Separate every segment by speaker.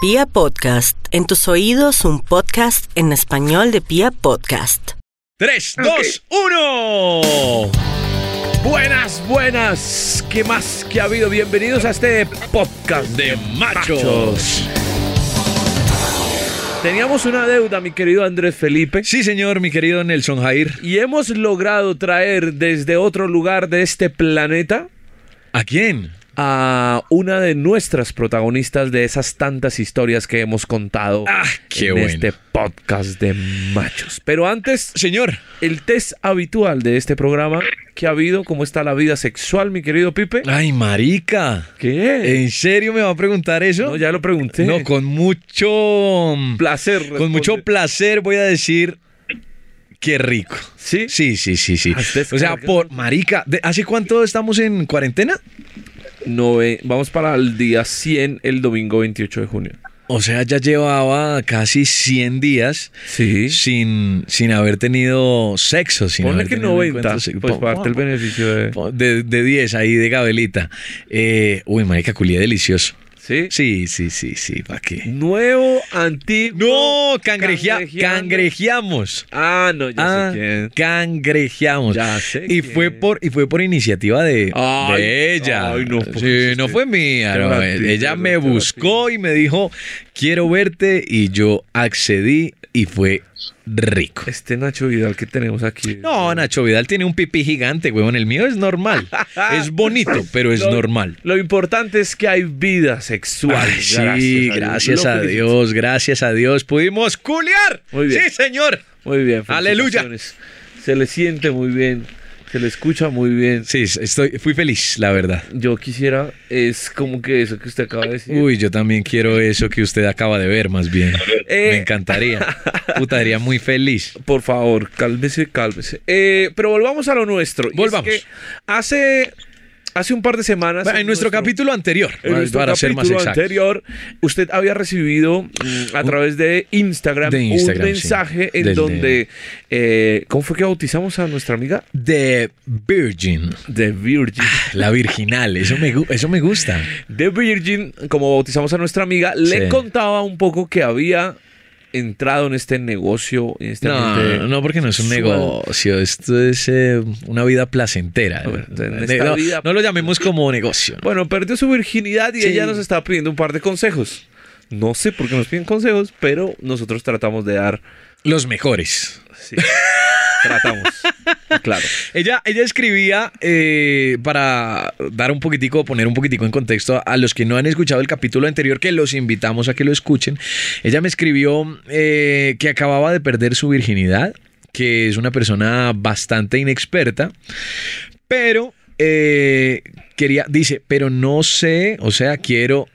Speaker 1: Pia Podcast, en tus oídos un podcast en español de Pia Podcast.
Speaker 2: 3, 2, 1. Buenas, buenas. ¿Qué más que ha habido? Bienvenidos a este podcast de machos. Teníamos una deuda, mi querido Andrés Felipe.
Speaker 3: Sí, señor, mi querido Nelson Jair.
Speaker 2: Y hemos logrado traer desde otro lugar de este planeta
Speaker 3: ¿A quién?
Speaker 2: a una de nuestras protagonistas de esas tantas historias que hemos contado
Speaker 3: Ah, qué
Speaker 2: en
Speaker 3: bueno.
Speaker 2: este podcast de machos. Pero antes,
Speaker 3: Señor,
Speaker 2: el test habitual de este programa que ha habido, cómo está la vida sexual, mi querido Pipe.
Speaker 3: ay, marica.
Speaker 2: ¿Qué?
Speaker 3: ¿En serio me va a preguntar eso?
Speaker 2: no, ya lo pregunté.
Speaker 3: Eh, No, con mucho
Speaker 2: placer.
Speaker 3: con mucho
Speaker 2: responde.
Speaker 3: placer voy a decir qué rico.
Speaker 2: ¿Sí?
Speaker 3: Sí, sí, sí, sí.
Speaker 2: Has
Speaker 3: O sea,
Speaker 2: descargado.
Speaker 3: por marica, ¿de- ¿hace cuánto estamos en cuarentena?
Speaker 2: No, eh, vamos para el día 100, el domingo 28 de junio.
Speaker 3: O sea, ya llevaba casi 100 días
Speaker 2: Sí.
Speaker 3: sin, sin haber tenido sexo, sin
Speaker 2: Ponle
Speaker 3: haber
Speaker 2: que
Speaker 3: tenido
Speaker 2: 90.
Speaker 3: encuentros-
Speaker 2: Pues
Speaker 3: Pon-
Speaker 2: parte el beneficio de.
Speaker 3: de, de 10 ahí de Gabelita. Eh, uy, marica, culié delicioso.
Speaker 2: Sí.
Speaker 3: Sí, sí, sí, sí, ¿para qué?
Speaker 2: Nuevo, antiguo.
Speaker 3: No, cangrejea-
Speaker 2: cangrejeando.
Speaker 3: cangrejeamos.
Speaker 2: Ah, no, ya
Speaker 3: Ah,
Speaker 2: sé quién.
Speaker 3: cangrejeamos.
Speaker 2: Ya sé
Speaker 3: y
Speaker 2: quién.
Speaker 3: fue por y fue por iniciativa de,
Speaker 2: Ay,
Speaker 3: de ella.
Speaker 2: ay, no,
Speaker 3: Sí,
Speaker 2: pues,
Speaker 3: no fue mía,
Speaker 2: te
Speaker 3: no, eh,
Speaker 2: batí, te
Speaker 3: ella me
Speaker 2: batí.
Speaker 3: buscó y me dijo, "Quiero verte" y yo accedí y fue rico.
Speaker 2: Este Nacho Vidal que tenemos aquí.
Speaker 3: No, Nacho Vidal tiene un pipí gigante, huevón, el mío es normal. es bonito, pero es
Speaker 2: Lo-
Speaker 3: normal.
Speaker 2: Lo importante es que hay vida sexual.
Speaker 3: Ay, sí, gracias a
Speaker 2: Lo felicito.
Speaker 3: Dios, gracias a Dios. Pudimos culiar.
Speaker 2: Muy bien.
Speaker 3: Sí, señor.
Speaker 2: Muy bien.
Speaker 3: Aleluya.
Speaker 2: felicitaciones. Se le siente muy bien, se le escucha muy bien.
Speaker 3: Sí, estoy, fui feliz, la verdad.
Speaker 2: Yo quisiera, es como que eso que usted acaba de decir.
Speaker 3: Uy, yo también quiero eso que usted acaba de ver, más bien.
Speaker 2: Eh.
Speaker 3: Me encantaría. Puta, sería muy feliz.
Speaker 2: Por favor, cálmese, cálmese. Eh, pero volvamos a lo nuestro. Y es
Speaker 3: Volvamos.
Speaker 2: que hace, hace un par de semanas.
Speaker 3: Bueno, en nuestro capítulo anterior,
Speaker 2: En nuestro
Speaker 3: para ser más
Speaker 2: capítulo
Speaker 3: exacto.
Speaker 2: anterior, usted había recibido mm, a través de Instagram,
Speaker 3: De Instagram,
Speaker 2: un
Speaker 3: sí.
Speaker 2: mensaje en
Speaker 3: Del-
Speaker 2: donde. eh, ¿Cómo fue que bautizamos a nuestra amiga?
Speaker 3: The Virgin,
Speaker 2: The Virgin.
Speaker 3: la virginal, eso me, gu- eso me gusta.
Speaker 2: The Virgin, como bautizamos a nuestra amiga, le
Speaker 3: Sí.
Speaker 2: contaba un poco que había entrado en este negocio. En este ambiente
Speaker 3: No, no, porque no es un
Speaker 2: sexual.
Speaker 3: negocio, esto es eh, una vida placentera.
Speaker 2: Bueno, en
Speaker 3: De-
Speaker 2: esta
Speaker 3: no,
Speaker 2: vida-
Speaker 3: no lo llamemos como negocio. ¿no?
Speaker 2: Bueno, perdió su virginidad y
Speaker 3: Sí.
Speaker 2: ella nos está pidiendo un par de consejos. No sé por qué nos piden consejos, pero nosotros tratamos de dar.
Speaker 3: Los mejores.
Speaker 2: Sí. tratamos. Claro.
Speaker 3: Ella, ella escribía, eh, para dar un poquitico, poner un poquitico en contexto a, a los que no han escuchado el capítulo anterior, que los invitamos a que lo escuchen, ella me escribió eh, que acababa de perder su virginidad, que es una persona bastante inexperta, pero eh, quería, dice, pero no sé, o sea, quiero,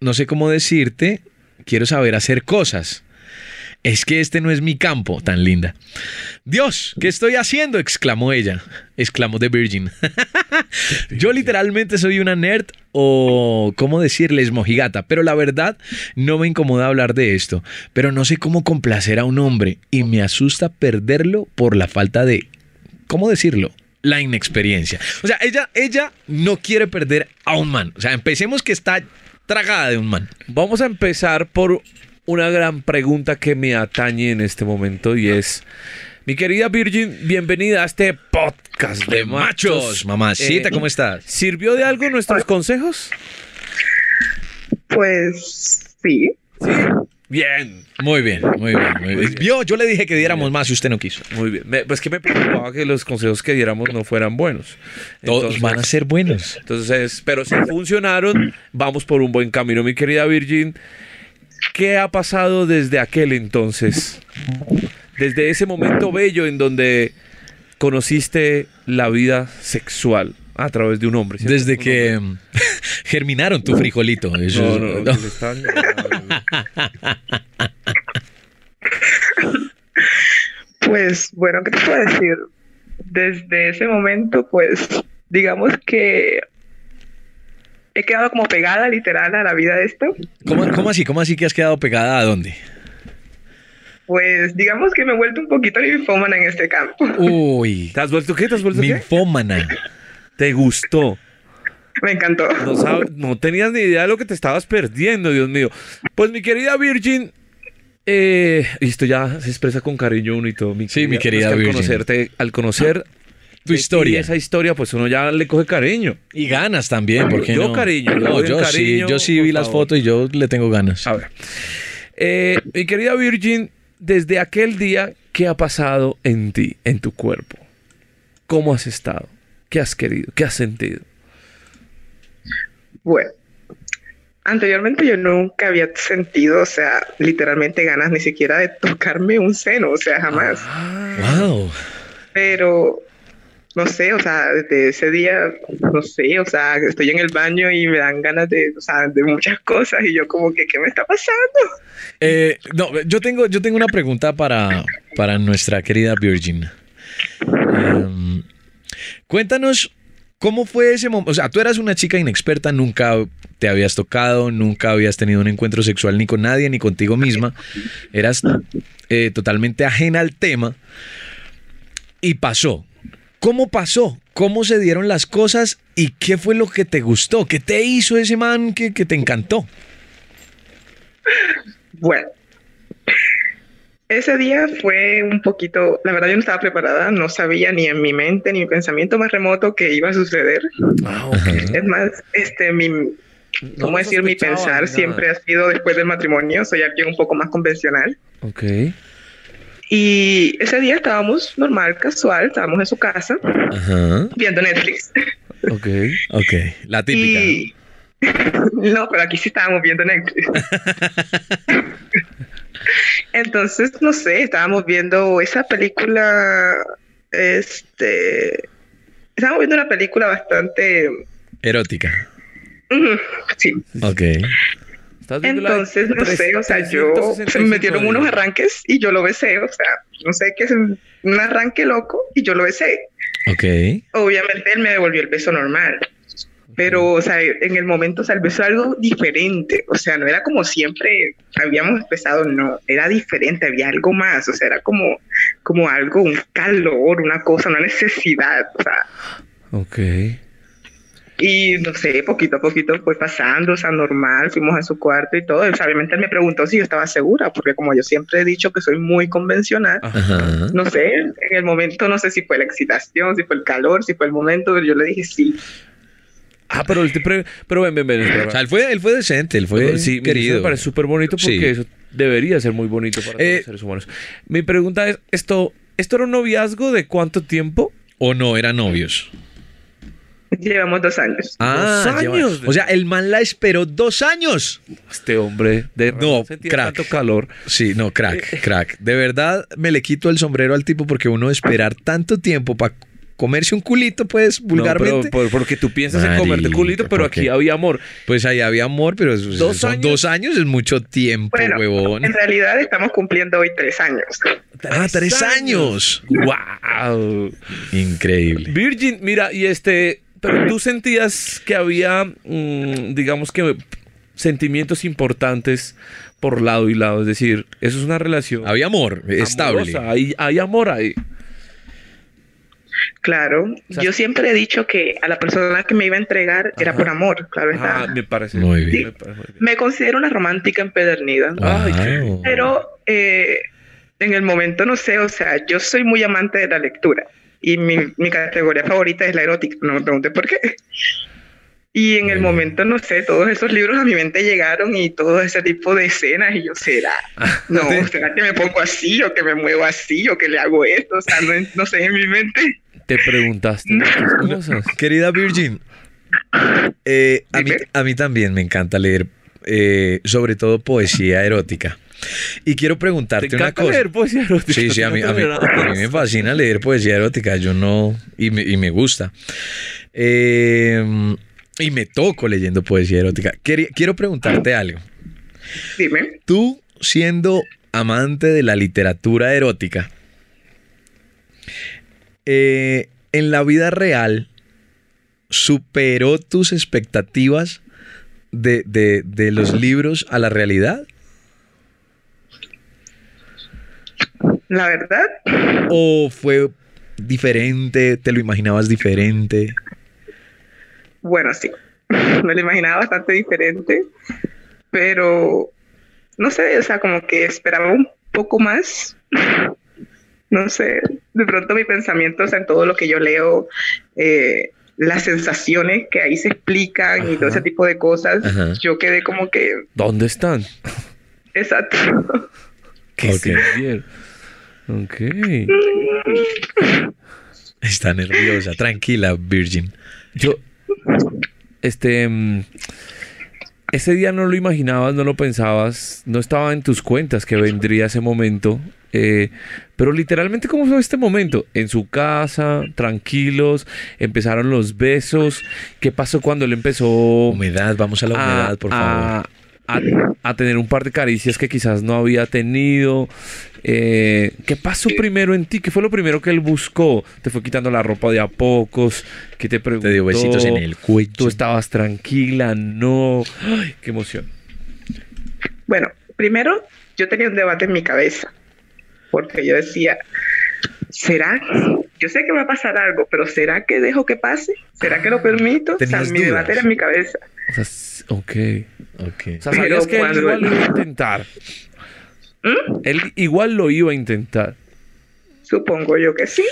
Speaker 3: no sé cómo decirte, quiero saber hacer cosas. Es que este no es mi campo, tan linda. Dios, ¿qué estoy haciendo? exclamó ella. Exclamó The Virgin. Yo literalmente soy una nerd o, ¿cómo decirles? Mojigata. Pero la verdad, no me incomoda hablar de esto. Pero no sé cómo complacer a un hombre y me asusta perderlo por la falta de, ¿cómo decirlo? La inexperiencia. O sea, ella, ella no quiere perder a un man. O sea, empecemos que está tragada de un man.
Speaker 2: Vamos a empezar por una gran pregunta que me atañe en este momento y es. Mi querida Virgin, bienvenida a este podcast de, Eh,
Speaker 3: De machos, Eh, mamacita, ¿cómo estás?
Speaker 2: ¿Sirvió de algo nuestros consejos?
Speaker 4: Pues sí.
Speaker 2: Bien,
Speaker 3: Muy bien, muy bien. Muy bien. Vio, yo le dije que diéramos más y usted no quiso.
Speaker 2: muy bien. Me- pues que me preocupaba que los consejos que diéramos no fueran buenos.
Speaker 3: Todos
Speaker 2: Entonces-
Speaker 3: van a ser buenos.
Speaker 2: Entonces, pero si funcionaron, vamos por un buen camino, mi querida Virgin. ¿Qué ha pasado desde aquel entonces? Desde ese momento bello en donde conociste la vida sexual a través de un hombre. ¿cierto?
Speaker 3: Desde
Speaker 2: Un
Speaker 3: que mm, germinaron tu frijolito. Eso
Speaker 2: hombre.
Speaker 3: es-
Speaker 2: No, no,
Speaker 3: no.
Speaker 2: no, le están-
Speaker 4: Pues bueno, ¿qué te puedo decir? Desde ese momento, pues digamos que he quedado como pegada literal a la vida de esto.
Speaker 3: ¿Cómo, cómo así? ¿Cómo así que has quedado pegada a dónde?
Speaker 4: Pues digamos que me he vuelto un poquito linfómana en este campo.
Speaker 3: Uy,
Speaker 2: ¿Te has vuelto qué? ¿Te has vuelto qué?
Speaker 3: ninfómana.
Speaker 2: ¿Te gustó?
Speaker 4: Me encantó.
Speaker 2: No, sab- no tenías ni idea de lo que te estabas perdiendo, Dios mío. Pues mi querida Virgin, eh, y esto ya se expresa con cariño uno y todo. Mi
Speaker 3: Sí, mi querida
Speaker 2: es que
Speaker 3: Virgin. Ah,
Speaker 2: Al, conocerte, al conocer
Speaker 3: Tu
Speaker 2: de ti
Speaker 3: historia.
Speaker 2: esa historia, pues uno ya le coge cariño.
Speaker 3: Y ganas también, ¿por qué
Speaker 2: Yo
Speaker 3: no?
Speaker 2: cariño, le
Speaker 3: No,
Speaker 2: doy un
Speaker 3: yo
Speaker 2: cariño,
Speaker 3: sí, yo sí
Speaker 2: por
Speaker 3: vi las
Speaker 2: favor.
Speaker 3: fotos y yo le tengo ganas.
Speaker 2: A ver. Eh, mi querida Virgin, desde aquel día, ¿qué ha pasado en ti, en tu cuerpo? ¿Cómo has estado? ¿Qué has querido? ¿Qué has sentido?
Speaker 4: Bueno, anteriormente yo nunca había sentido, o sea, literalmente ganas ni siquiera de tocarme un seno, o sea, jamás.
Speaker 3: Wow.
Speaker 4: Pero no sé, o sea, desde ese día, no sé, o sea, estoy en el baño y me dan ganas de, o sea, de muchas cosas y yo como que, ¿qué me está pasando?
Speaker 3: Eh, no, yo tengo, yo tengo una pregunta para, para nuestra querida Virgin. Em, cuéntanos cómo fue ese momento. O sea, tú eras una chica inexperta, nunca te habías tocado, nunca habías tenido un encuentro sexual ni con nadie ni contigo misma. Eras eh, totalmente ajena al tema y pasó. ¿Cómo pasó? ¿Cómo se dieron las cosas? ¿Y qué fue lo que te gustó? ¿Qué te hizo ese man que, que te encantó?
Speaker 4: Bueno. Ese día fue un poquito, la verdad yo no estaba preparada, no sabía ni en mi mente ni en mi pensamiento más remoto que iba a suceder.
Speaker 2: Ah,
Speaker 4: Es más, este, mi,
Speaker 2: No
Speaker 4: ¿cómo
Speaker 2: lo
Speaker 4: decir? Mi
Speaker 2: sospechaba,
Speaker 4: pensar
Speaker 2: nada.
Speaker 4: siempre ha sido después del matrimonio, soy alguien un poco más convencional.
Speaker 2: ok.
Speaker 4: Y ese día estábamos normal, casual, estábamos en su casa
Speaker 3: Ajá.
Speaker 4: viendo Netflix.
Speaker 2: Ok, ok.
Speaker 3: Ok, la típica.
Speaker 4: Y... No, pero aquí sí estábamos viendo Netflix. Entonces, no sé, estábamos viendo esa película, este... Estábamos viendo una película bastante...
Speaker 3: Erótica.
Speaker 4: ujú, Sí,
Speaker 3: Ok.
Speaker 2: ¿Estás viendo la de
Speaker 4: Entonces, no
Speaker 2: tres-
Speaker 4: sé, o sea, yo
Speaker 2: 365
Speaker 4: me dieron
Speaker 2: días?
Speaker 4: unos arranques y yo lo besé, o sea, no sé qué es un un arranque loco y yo lo besé.
Speaker 3: Ok.
Speaker 4: Obviamente él me devolvió el beso normal, pero, o sea, en el momento, o sea, el beso era algo diferente, o sea, no era como siempre habíamos empezado, no, era diferente, había algo más, o sea, era como, como algo, un calor, una cosa, una necesidad, o sea,
Speaker 2: Ok.
Speaker 4: y no sé, poquito a poquito fue pasando, o sea, normal, fuimos a su cuarto y todo. Y, o sea, obviamente él me preguntó si yo estaba segura, porque como yo siempre he dicho que soy muy convencional,
Speaker 3: Ajá.
Speaker 4: no sé, en el momento no sé si fue la excitación, si fue el calor, si fue el momento, pero yo le dije sí.
Speaker 2: Ah, pero, el te pre- pero ven, ven, ven. espera,
Speaker 3: O sea, él fue, él fue decente, él fue
Speaker 2: sí, mira,
Speaker 3: pues, querido.
Speaker 2: Eso me parece súper bonito porque
Speaker 3: Sí.
Speaker 2: eso debería ser muy bonito para todos
Speaker 3: Eh,
Speaker 2: los seres humanos. Mi pregunta es, ¿esto, ¿esto era un noviazgo de cuánto tiempo?
Speaker 3: O no, eran novios.
Speaker 4: Llevamos dos años.
Speaker 3: Ah,
Speaker 2: Dos
Speaker 3: lleva-
Speaker 2: años.
Speaker 3: O sea, el man la esperó dos años.
Speaker 2: Este hombre de
Speaker 3: No,
Speaker 2: sentía
Speaker 3: crack.
Speaker 2: tanto calor.
Speaker 3: Sí, no, crack, crack. De verdad, me le quito el sombrero al tipo porque uno esperar tanto tiempo para comerse un culito, pues,
Speaker 2: No, pero
Speaker 3: vulgarmente.
Speaker 2: por- porque tú piensas en comerte
Speaker 3: Marica,
Speaker 2: culito, pero
Speaker 3: ¿por qué?
Speaker 2: aquí había amor.
Speaker 3: Pues ahí había amor, pero es-
Speaker 2: ¿Dos
Speaker 3: son
Speaker 2: años?
Speaker 3: dos años es mucho tiempo,
Speaker 4: Bueno,
Speaker 3: huevón.
Speaker 4: en realidad estamos cumpliendo hoy tres años.
Speaker 3: Ah, tres años.
Speaker 2: ¡Wow!
Speaker 3: Increíble.
Speaker 2: Virgin, mira, y este, pero tú sentías que había, mm, digamos que, sentimientos importantes por lado y lado, es decir, eso es una relación
Speaker 3: Había amor, estable.
Speaker 2: amorosa, Hay, hay amor ahí.
Speaker 4: Claro,
Speaker 2: sea-
Speaker 4: yo siempre he dicho que a la persona que me iba a entregar era
Speaker 2: Ajá.
Speaker 4: por amor, claro está.
Speaker 2: Ah, me parece.
Speaker 3: Muy bien.
Speaker 2: me parece muy bien.
Speaker 4: Me considero una romántica empedernida.
Speaker 2: Ay, qué-
Speaker 3: Wow.
Speaker 4: Pero eh, en el momento no sé, o sea, yo soy muy amante de la lectura y mi, mi categoría favorita es la erótica, no me preguntes por qué. Y en el
Speaker 3: Muy bien.
Speaker 4: momento, no sé, todos esos libros a mi mente llegaron y todo ese tipo de escenas y yo, ¿será? No, ¿será que me pongo así o que me muevo así o que le hago esto? O sea, no, no sé, en mi mente.
Speaker 2: Te preguntaste muchas cosas.
Speaker 3: Querida Virgin, eh, a, mí,
Speaker 4: Dime.
Speaker 3: a mí también me encanta leer, eh, sobre todo poesía erótica. Y quiero
Speaker 2: Te
Speaker 3: preguntarte una
Speaker 2: encanta
Speaker 3: cosa.
Speaker 2: leer poesía erótica,
Speaker 3: Sí, sí,
Speaker 2: te
Speaker 3: a mí, a,
Speaker 2: encanta
Speaker 3: mí,
Speaker 2: leer
Speaker 3: a mí me fascina leer poesía erótica, yo no, y me, y me gusta. Eh, y me toco leyendo poesía erótica. Quería- quiero preguntarte algo.
Speaker 4: Dime.
Speaker 3: Tú, siendo amante de la literatura erótica, eh, en la vida real, ¿superó tus expectativas de, de- de los libros a la realidad?
Speaker 4: La verdad,
Speaker 3: ¿O fue diferente? ¿Te lo imaginabas diferente?
Speaker 4: bueno, sí. me lo imaginaba bastante diferente, pero no sé, o sea, como que esperaba un poco más. No sé, de pronto mi pensamiento, o sea, en todo lo que yo leo, eh, las sensaciones que ahí se explican y todo
Speaker 2: Ajá.
Speaker 4: ese tipo de cosas,
Speaker 3: Ajá.
Speaker 4: yo quedé como que,
Speaker 2: ¿Dónde están?
Speaker 4: exacto.
Speaker 3: ¿Qué
Speaker 2: Ok.
Speaker 3: se-
Speaker 2: Ok.
Speaker 3: Está nerviosa, tranquila, Virgin.
Speaker 2: Yo, este, mm, ese día no lo imaginabas, no lo pensabas, no estaba en tus cuentas que vendría ese momento, eh, pero literalmente cómo fue este momento, en su casa, tranquilos, empezaron los besos, ¿qué pasó cuando él empezó
Speaker 3: Humedad, vamos
Speaker 2: ah,
Speaker 3: a la humedad, por favor.
Speaker 2: a- a tener un par de caricias que quizás no había tenido. Eh, ¿Qué pasó primero en ti? ¿Qué fue lo primero que él buscó? ¿Te fue quitando la ropa de a pocos? ¿Qué te preguntó?
Speaker 3: Te dio besitos en el cuello.
Speaker 2: ¿Tú estabas tranquila? No. Ay, qué emoción.
Speaker 4: Bueno, primero yo tenía un debate en mi cabeza, porque yo decía, ¿será? Yo sé que va a pasar algo, pero ¿será que dejo que pase? ¿Será que lo permito? O sea,
Speaker 3: Ah, Tenías
Speaker 4: mi debate
Speaker 3: dudas.
Speaker 4: era en mi cabeza.
Speaker 2: O sea, s- ok.
Speaker 3: Ok.
Speaker 2: O sea,
Speaker 4: Pero
Speaker 2: sabías que ¿Mm? él
Speaker 4: cuando-
Speaker 2: igual lo iba a intentar. Él igual lo iba a intentar.
Speaker 4: Supongo yo que sí.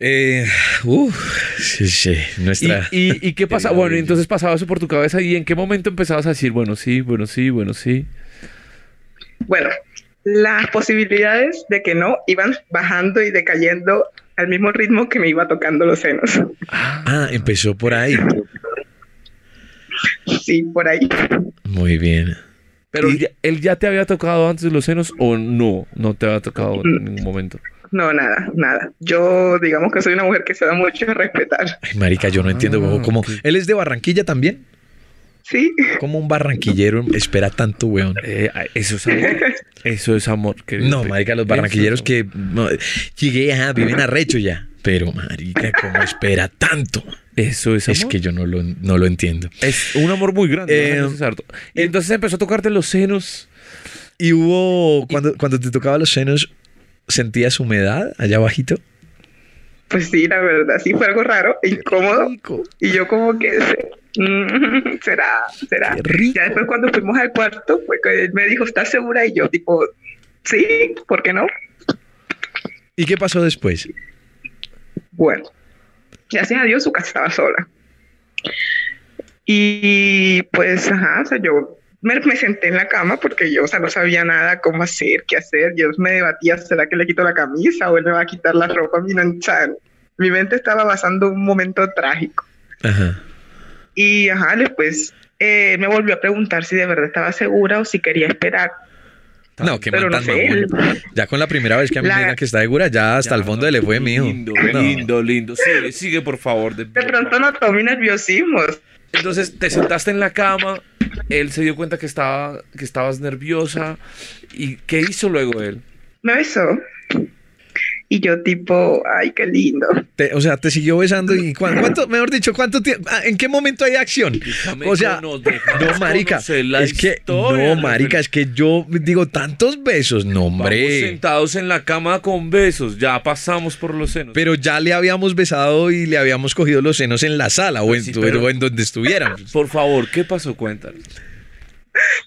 Speaker 3: Eh, uh, sí, sí,
Speaker 2: ¿Y,
Speaker 3: nuestra...
Speaker 2: y, y qué pasa?
Speaker 3: Querida
Speaker 2: Bueno, y
Speaker 3: Virgin.
Speaker 2: entonces pasaba eso por tu cabeza y en qué momento empezabas a decir, bueno, sí, bueno, sí, bueno, sí.
Speaker 4: Bueno, las posibilidades de que no iban bajando y decayendo al mismo ritmo que me iba tocando los senos.
Speaker 3: Ah, empezó por ahí.
Speaker 4: Sí, por ahí.
Speaker 3: Muy bien.
Speaker 2: Pero
Speaker 3: Y-
Speaker 2: ya- él ya te había tocado antes los senos o no, no te había tocado en ningún momento.
Speaker 4: No, nada, nada. Yo digamos que soy una mujer que se da mucho a respetar.
Speaker 3: Ay, marica, yo no entiendo cómo...
Speaker 2: Ah,
Speaker 3: cómo-
Speaker 2: ok.
Speaker 3: ¿Él es de Barranquilla también?
Speaker 4: Sí,
Speaker 3: ¿Cómo un barranquillero espera tanto, weón?
Speaker 2: Eh, ay, eso es amor. Eso es amor. querido.
Speaker 3: No, marica, los barranquilleros
Speaker 2: Eso
Speaker 3: que... no, llegué, ajá, viven arrecho ya. Pero, marica, ¿cómo espera tanto?
Speaker 2: es amor. Eso es amor.
Speaker 3: Es que yo no lo, no lo entiendo.
Speaker 2: Es un amor muy grande.
Speaker 3: Eh,
Speaker 2: no es harto. y entonces empezó a tocarte los senos.
Speaker 3: Y hubo... Cuando, cuando te tocaba los senos, ¿sentías humedad allá abajito?
Speaker 4: pues sí, la verdad, sí fue algo raro, incómodo.
Speaker 3: Rico.
Speaker 4: Y yo como que, se- mm, será, será.
Speaker 3: Qué rico.
Speaker 4: Ya después cuando fuimos al cuarto, fue que él me dijo, ¿estás segura? Y yo tipo, sí, ¿por qué no?
Speaker 3: ¿Y qué pasó después?
Speaker 4: Bueno, gracias a Dios su casa estaba sola. Y pues, ajá, o sea, yo me, me senté en la cama porque yo, o sea, no sabía nada cómo hacer, qué hacer. Yo me debatía, ¿será que le quito la camisa o él me va a quitar la ropa? Mi, o sea, mi mente estaba pasando un momento trágico.
Speaker 3: Ajá.
Speaker 4: Y ajá, después eh, me volvió a preguntar si de verdad estaba segura o si quería esperar.
Speaker 3: No, qué
Speaker 4: Pero
Speaker 3: mal
Speaker 4: no
Speaker 3: tan
Speaker 4: sé,
Speaker 3: mamón. Ya con la primera vez que a mí me
Speaker 4: La-
Speaker 3: digan que está segura, ya hasta el
Speaker 2: Ya,
Speaker 3: fondo le fue mijo.
Speaker 2: Lindo,
Speaker 3: No.
Speaker 2: lindo, lindo. Sigue, sigue, por favor. de-
Speaker 4: De pronto notó mi nerviosismo.
Speaker 2: Entonces te sentaste en la cama. Él se dio cuenta que, estaba, que estabas nerviosa. ¿Y qué hizo luego él?
Speaker 4: Me besó. Y yo tipo, ay, qué lindo.
Speaker 3: Te- o sea, te siguió besando y cuan- cuánto, mejor dicho, cuánto tiempo, en qué momento hay acción.
Speaker 2: Déjame
Speaker 3: O sea,
Speaker 2: conocer,
Speaker 3: no
Speaker 2: déjame
Speaker 3: marica,
Speaker 2: conocer la
Speaker 3: es que
Speaker 2: historia,
Speaker 3: no marica,
Speaker 2: Rafael.
Speaker 3: es que yo digo tantos besos, no
Speaker 2: Vamos
Speaker 3: hombre.
Speaker 2: sentados en la cama con besos. Ya pasamos por los senos.
Speaker 3: Pero ya le habíamos besado y le habíamos cogido los senos en la sala o en,
Speaker 2: Pues Sí,
Speaker 3: tu-
Speaker 2: pero-
Speaker 3: o en donde estuviéramos.
Speaker 2: Por favor, ¿qué pasó? Cuéntanos.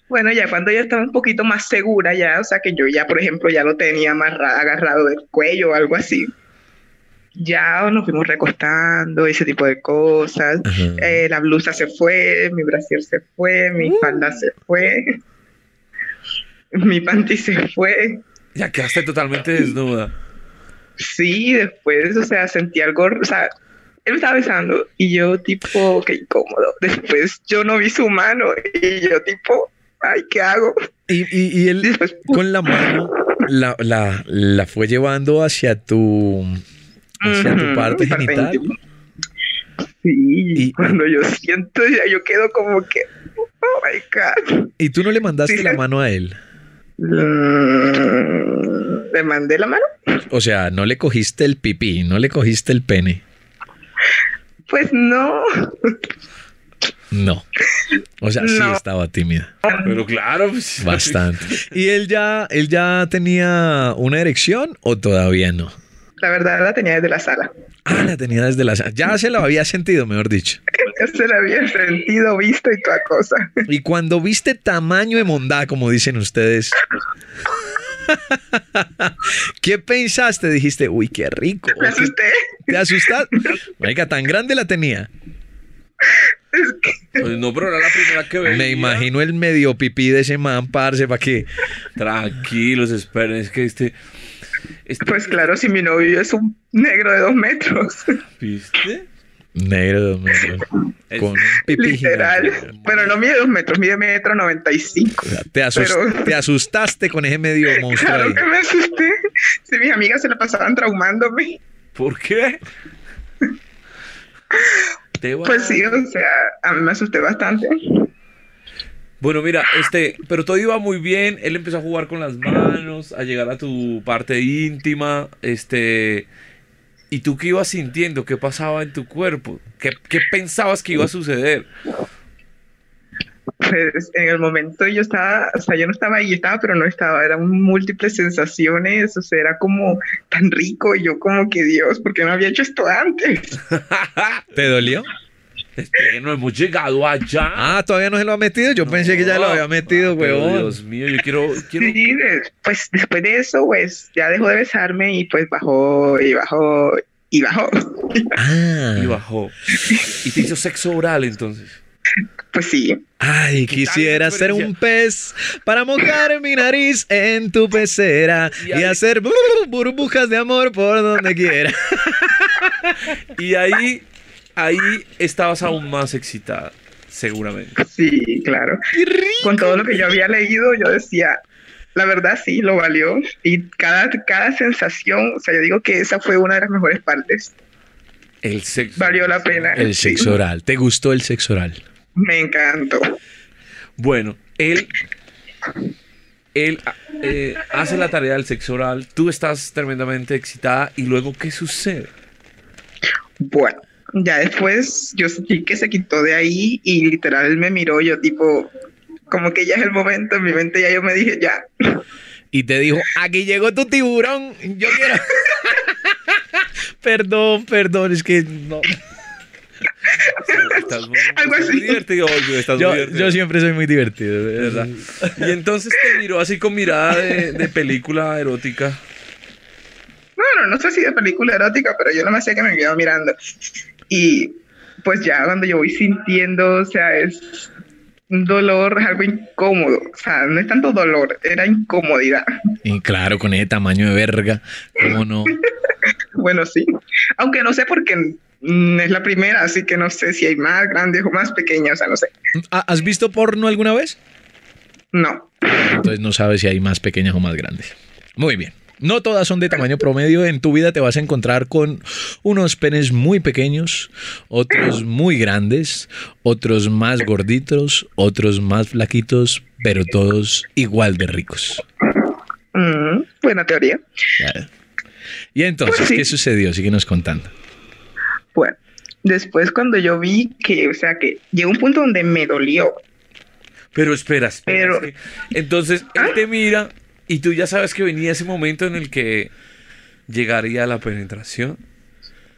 Speaker 4: Bueno, ya cuando ya estaba un poquito más segura, ya, o sea, que yo ya, por ejemplo, ya lo tenía amarra- agarrado del cuello o algo así. Ya nos fuimos recostando, ese tipo de cosas.
Speaker 3: Ajá.
Speaker 4: Eh, la blusa se fue, mi brasier se fue, mi falda se fue, mi panty se fue.
Speaker 2: Ya quedaste totalmente desnuda.
Speaker 4: Sí, después, o sea, sentí algo, o sea, él me estaba besando y yo tipo, qué incómodo. Después yo no vi su mano y yo tipo, ay, ¿qué hago?
Speaker 3: Y, y- y
Speaker 4: Y
Speaker 3: él
Speaker 4: después,
Speaker 3: con la mano la, la- la fue llevando hacia tu, hacia tu
Speaker 4: ujú,
Speaker 3: parte genital.
Speaker 4: íntima. Sí,
Speaker 3: Y-
Speaker 4: cuando yo siento, ya yo quedo como que, oh my God.
Speaker 3: Y tú no le mandaste
Speaker 4: Sí.
Speaker 3: la mano a él.
Speaker 4: Mm, Le mandé la mano.
Speaker 3: O sea, no le cogiste el pipí, no le cogiste el pene.
Speaker 4: Pues no,
Speaker 3: No. O sea, sí
Speaker 4: No.
Speaker 3: estaba tímida.
Speaker 2: Pero claro, pues,
Speaker 3: Bastante. ¿Y él ya, él ya tenía una erección o todavía no?
Speaker 4: La verdad la tenía desde la sala.
Speaker 3: Ah, la tenía desde la sala. Ya se la había sentido, mejor dicho.
Speaker 4: Ya se la había sentido, visto y toda cosa.
Speaker 3: Y cuando viste tamaño de mondá, como dicen ustedes. ¿Qué pensaste? Dijiste, uy, qué rico.
Speaker 4: Me asusté.
Speaker 3: ¿Te asustaste? Marica, tan grande la tenía.
Speaker 4: Es que
Speaker 2: Pues no, pero era la primera que veía.
Speaker 4: Pues
Speaker 3: Me imagino el medio pipí de ese man, parce, para que.
Speaker 2: Tranquilos, esperen, es que este. este
Speaker 4: Pues claro, si mi novio es un negro de dos metros,
Speaker 2: ¿Viste?
Speaker 3: Negro, dos metros. Con un pipí
Speaker 4: literal.
Speaker 3: gigante.
Speaker 4: Bueno, no mide dos metros, mide metro noventa y cinco.
Speaker 3: O sea, te, asus-
Speaker 4: Pero-
Speaker 3: te asustaste con ese medio monstruo
Speaker 4: Claro
Speaker 3: ahí.
Speaker 4: que me asusté. Si mis amigas se la pasaban traumándome.
Speaker 2: ¿Por qué? Te va-
Speaker 4: Pues sí, o sea, a mí me asusté bastante.
Speaker 2: Bueno, mira, este, pero todo iba muy bien. Él empezó a jugar con las manos, a llegar a tu parte íntima, este. ¿Y tú qué ibas sintiendo? ¿Qué pasaba en tu cuerpo? ¿Qué, qué pensabas que iba a suceder?
Speaker 4: Pues en el momento yo estaba, o sea, yo no estaba ahí, estaba, pero no estaba. Eran múltiples sensaciones, o sea, era como tan rico. Y yo, como que Dios, ¿por qué no había hecho esto antes?
Speaker 3: ¿Te dolió?
Speaker 2: Este, no hemos llegado allá.
Speaker 3: Ah, todavía no se lo ha metido. Yo pensé que ya lo había metido,
Speaker 2: Ah, pero
Speaker 3: huevón.
Speaker 2: Dios mío, yo quiero, quiero
Speaker 4: Sí, de- pues después de eso, pues ya dejó de besarme y pues bajó y bajó y bajó.
Speaker 3: Ah.
Speaker 2: y bajó. Y te hizo sexo oral entonces.
Speaker 4: Pues sí,
Speaker 3: Ay,
Speaker 2: ¿Qué tal
Speaker 3: quisiera
Speaker 2: la
Speaker 3: ser un pez para mojar mi nariz en tu pecera
Speaker 2: Y
Speaker 3: y
Speaker 2: ahí-
Speaker 3: hacer bur- burbujas de amor por donde quiera.
Speaker 2: Y ahí, ahí estabas aún más excitada, seguramente.
Speaker 4: sí, claro. Con todo lo que yo había leído, yo decía, la verdad sí, lo valió. Y cada, cada sensación, o sea, yo digo que esa fue una de las mejores partes.
Speaker 2: El sexo.
Speaker 4: Valió la pena.
Speaker 3: El
Speaker 4: Sí,
Speaker 3: sexo oral. ¿Te gustó el sexo oral?
Speaker 4: Me encantó.
Speaker 2: Bueno, él, él eh, hace la tarea del sexo oral, tú estás tremendamente excitada y luego, ¿qué sucede?
Speaker 4: Bueno, ya después yo sentí que se quitó de ahí y literal él me miró, yo tipo, como que ya es el momento, en mi mente ya yo me dije, ya,
Speaker 3: Y te dijo, aquí llegó tu tiburón, yo quiero... perdón, perdón, es que no.
Speaker 2: Estás muy,
Speaker 4: Algo
Speaker 2: estás muy
Speaker 4: así.
Speaker 2: divertido, Olga, estás muy
Speaker 3: Yo,
Speaker 2: divertido.
Speaker 3: yo siempre soy muy divertido, de
Speaker 2: de
Speaker 3: verdad.
Speaker 2: verdad. Y entonces te miró así con mirada de, de película erótica.
Speaker 4: bueno, no sé si de película erótica, pero yo no me hacía que me quedaba mirando. Y pues ya cuando yo voy sintiendo, o sea, es un dolor, es algo incómodo. O sea, no es tanto dolor, era incomodidad.
Speaker 3: Y claro, con ese tamaño de verga, ¿cómo no?
Speaker 4: Bueno, sí. Aunque no sé por qué mm, es la primera, así que no sé si hay más grandes o más pequeñas, o sea, no sé.
Speaker 3: ¿Ha- ¿Has visto porno alguna vez?
Speaker 4: No.
Speaker 3: Entonces no sabes si hay más pequeñas o más grandes. Muy bien. No todas son de tamaño promedio. En tu vida te vas a encontrar con unos penes muy pequeños, otros muy grandes, otros más gorditos, otros más flaquitos, pero todos igual de ricos.
Speaker 4: Mm, buena teoría.
Speaker 3: Ya. Y entonces,
Speaker 4: Pues sí.
Speaker 3: ¿qué sucedió? Síguenos contando.
Speaker 4: Bueno, después cuando yo vi que, o sea, que llegó un punto donde me dolió.
Speaker 2: Pero esperas.
Speaker 4: Pero- ¿Ah?
Speaker 2: Entonces él te mira y tú ya sabes que venía ese momento en el que llegaría la penetración.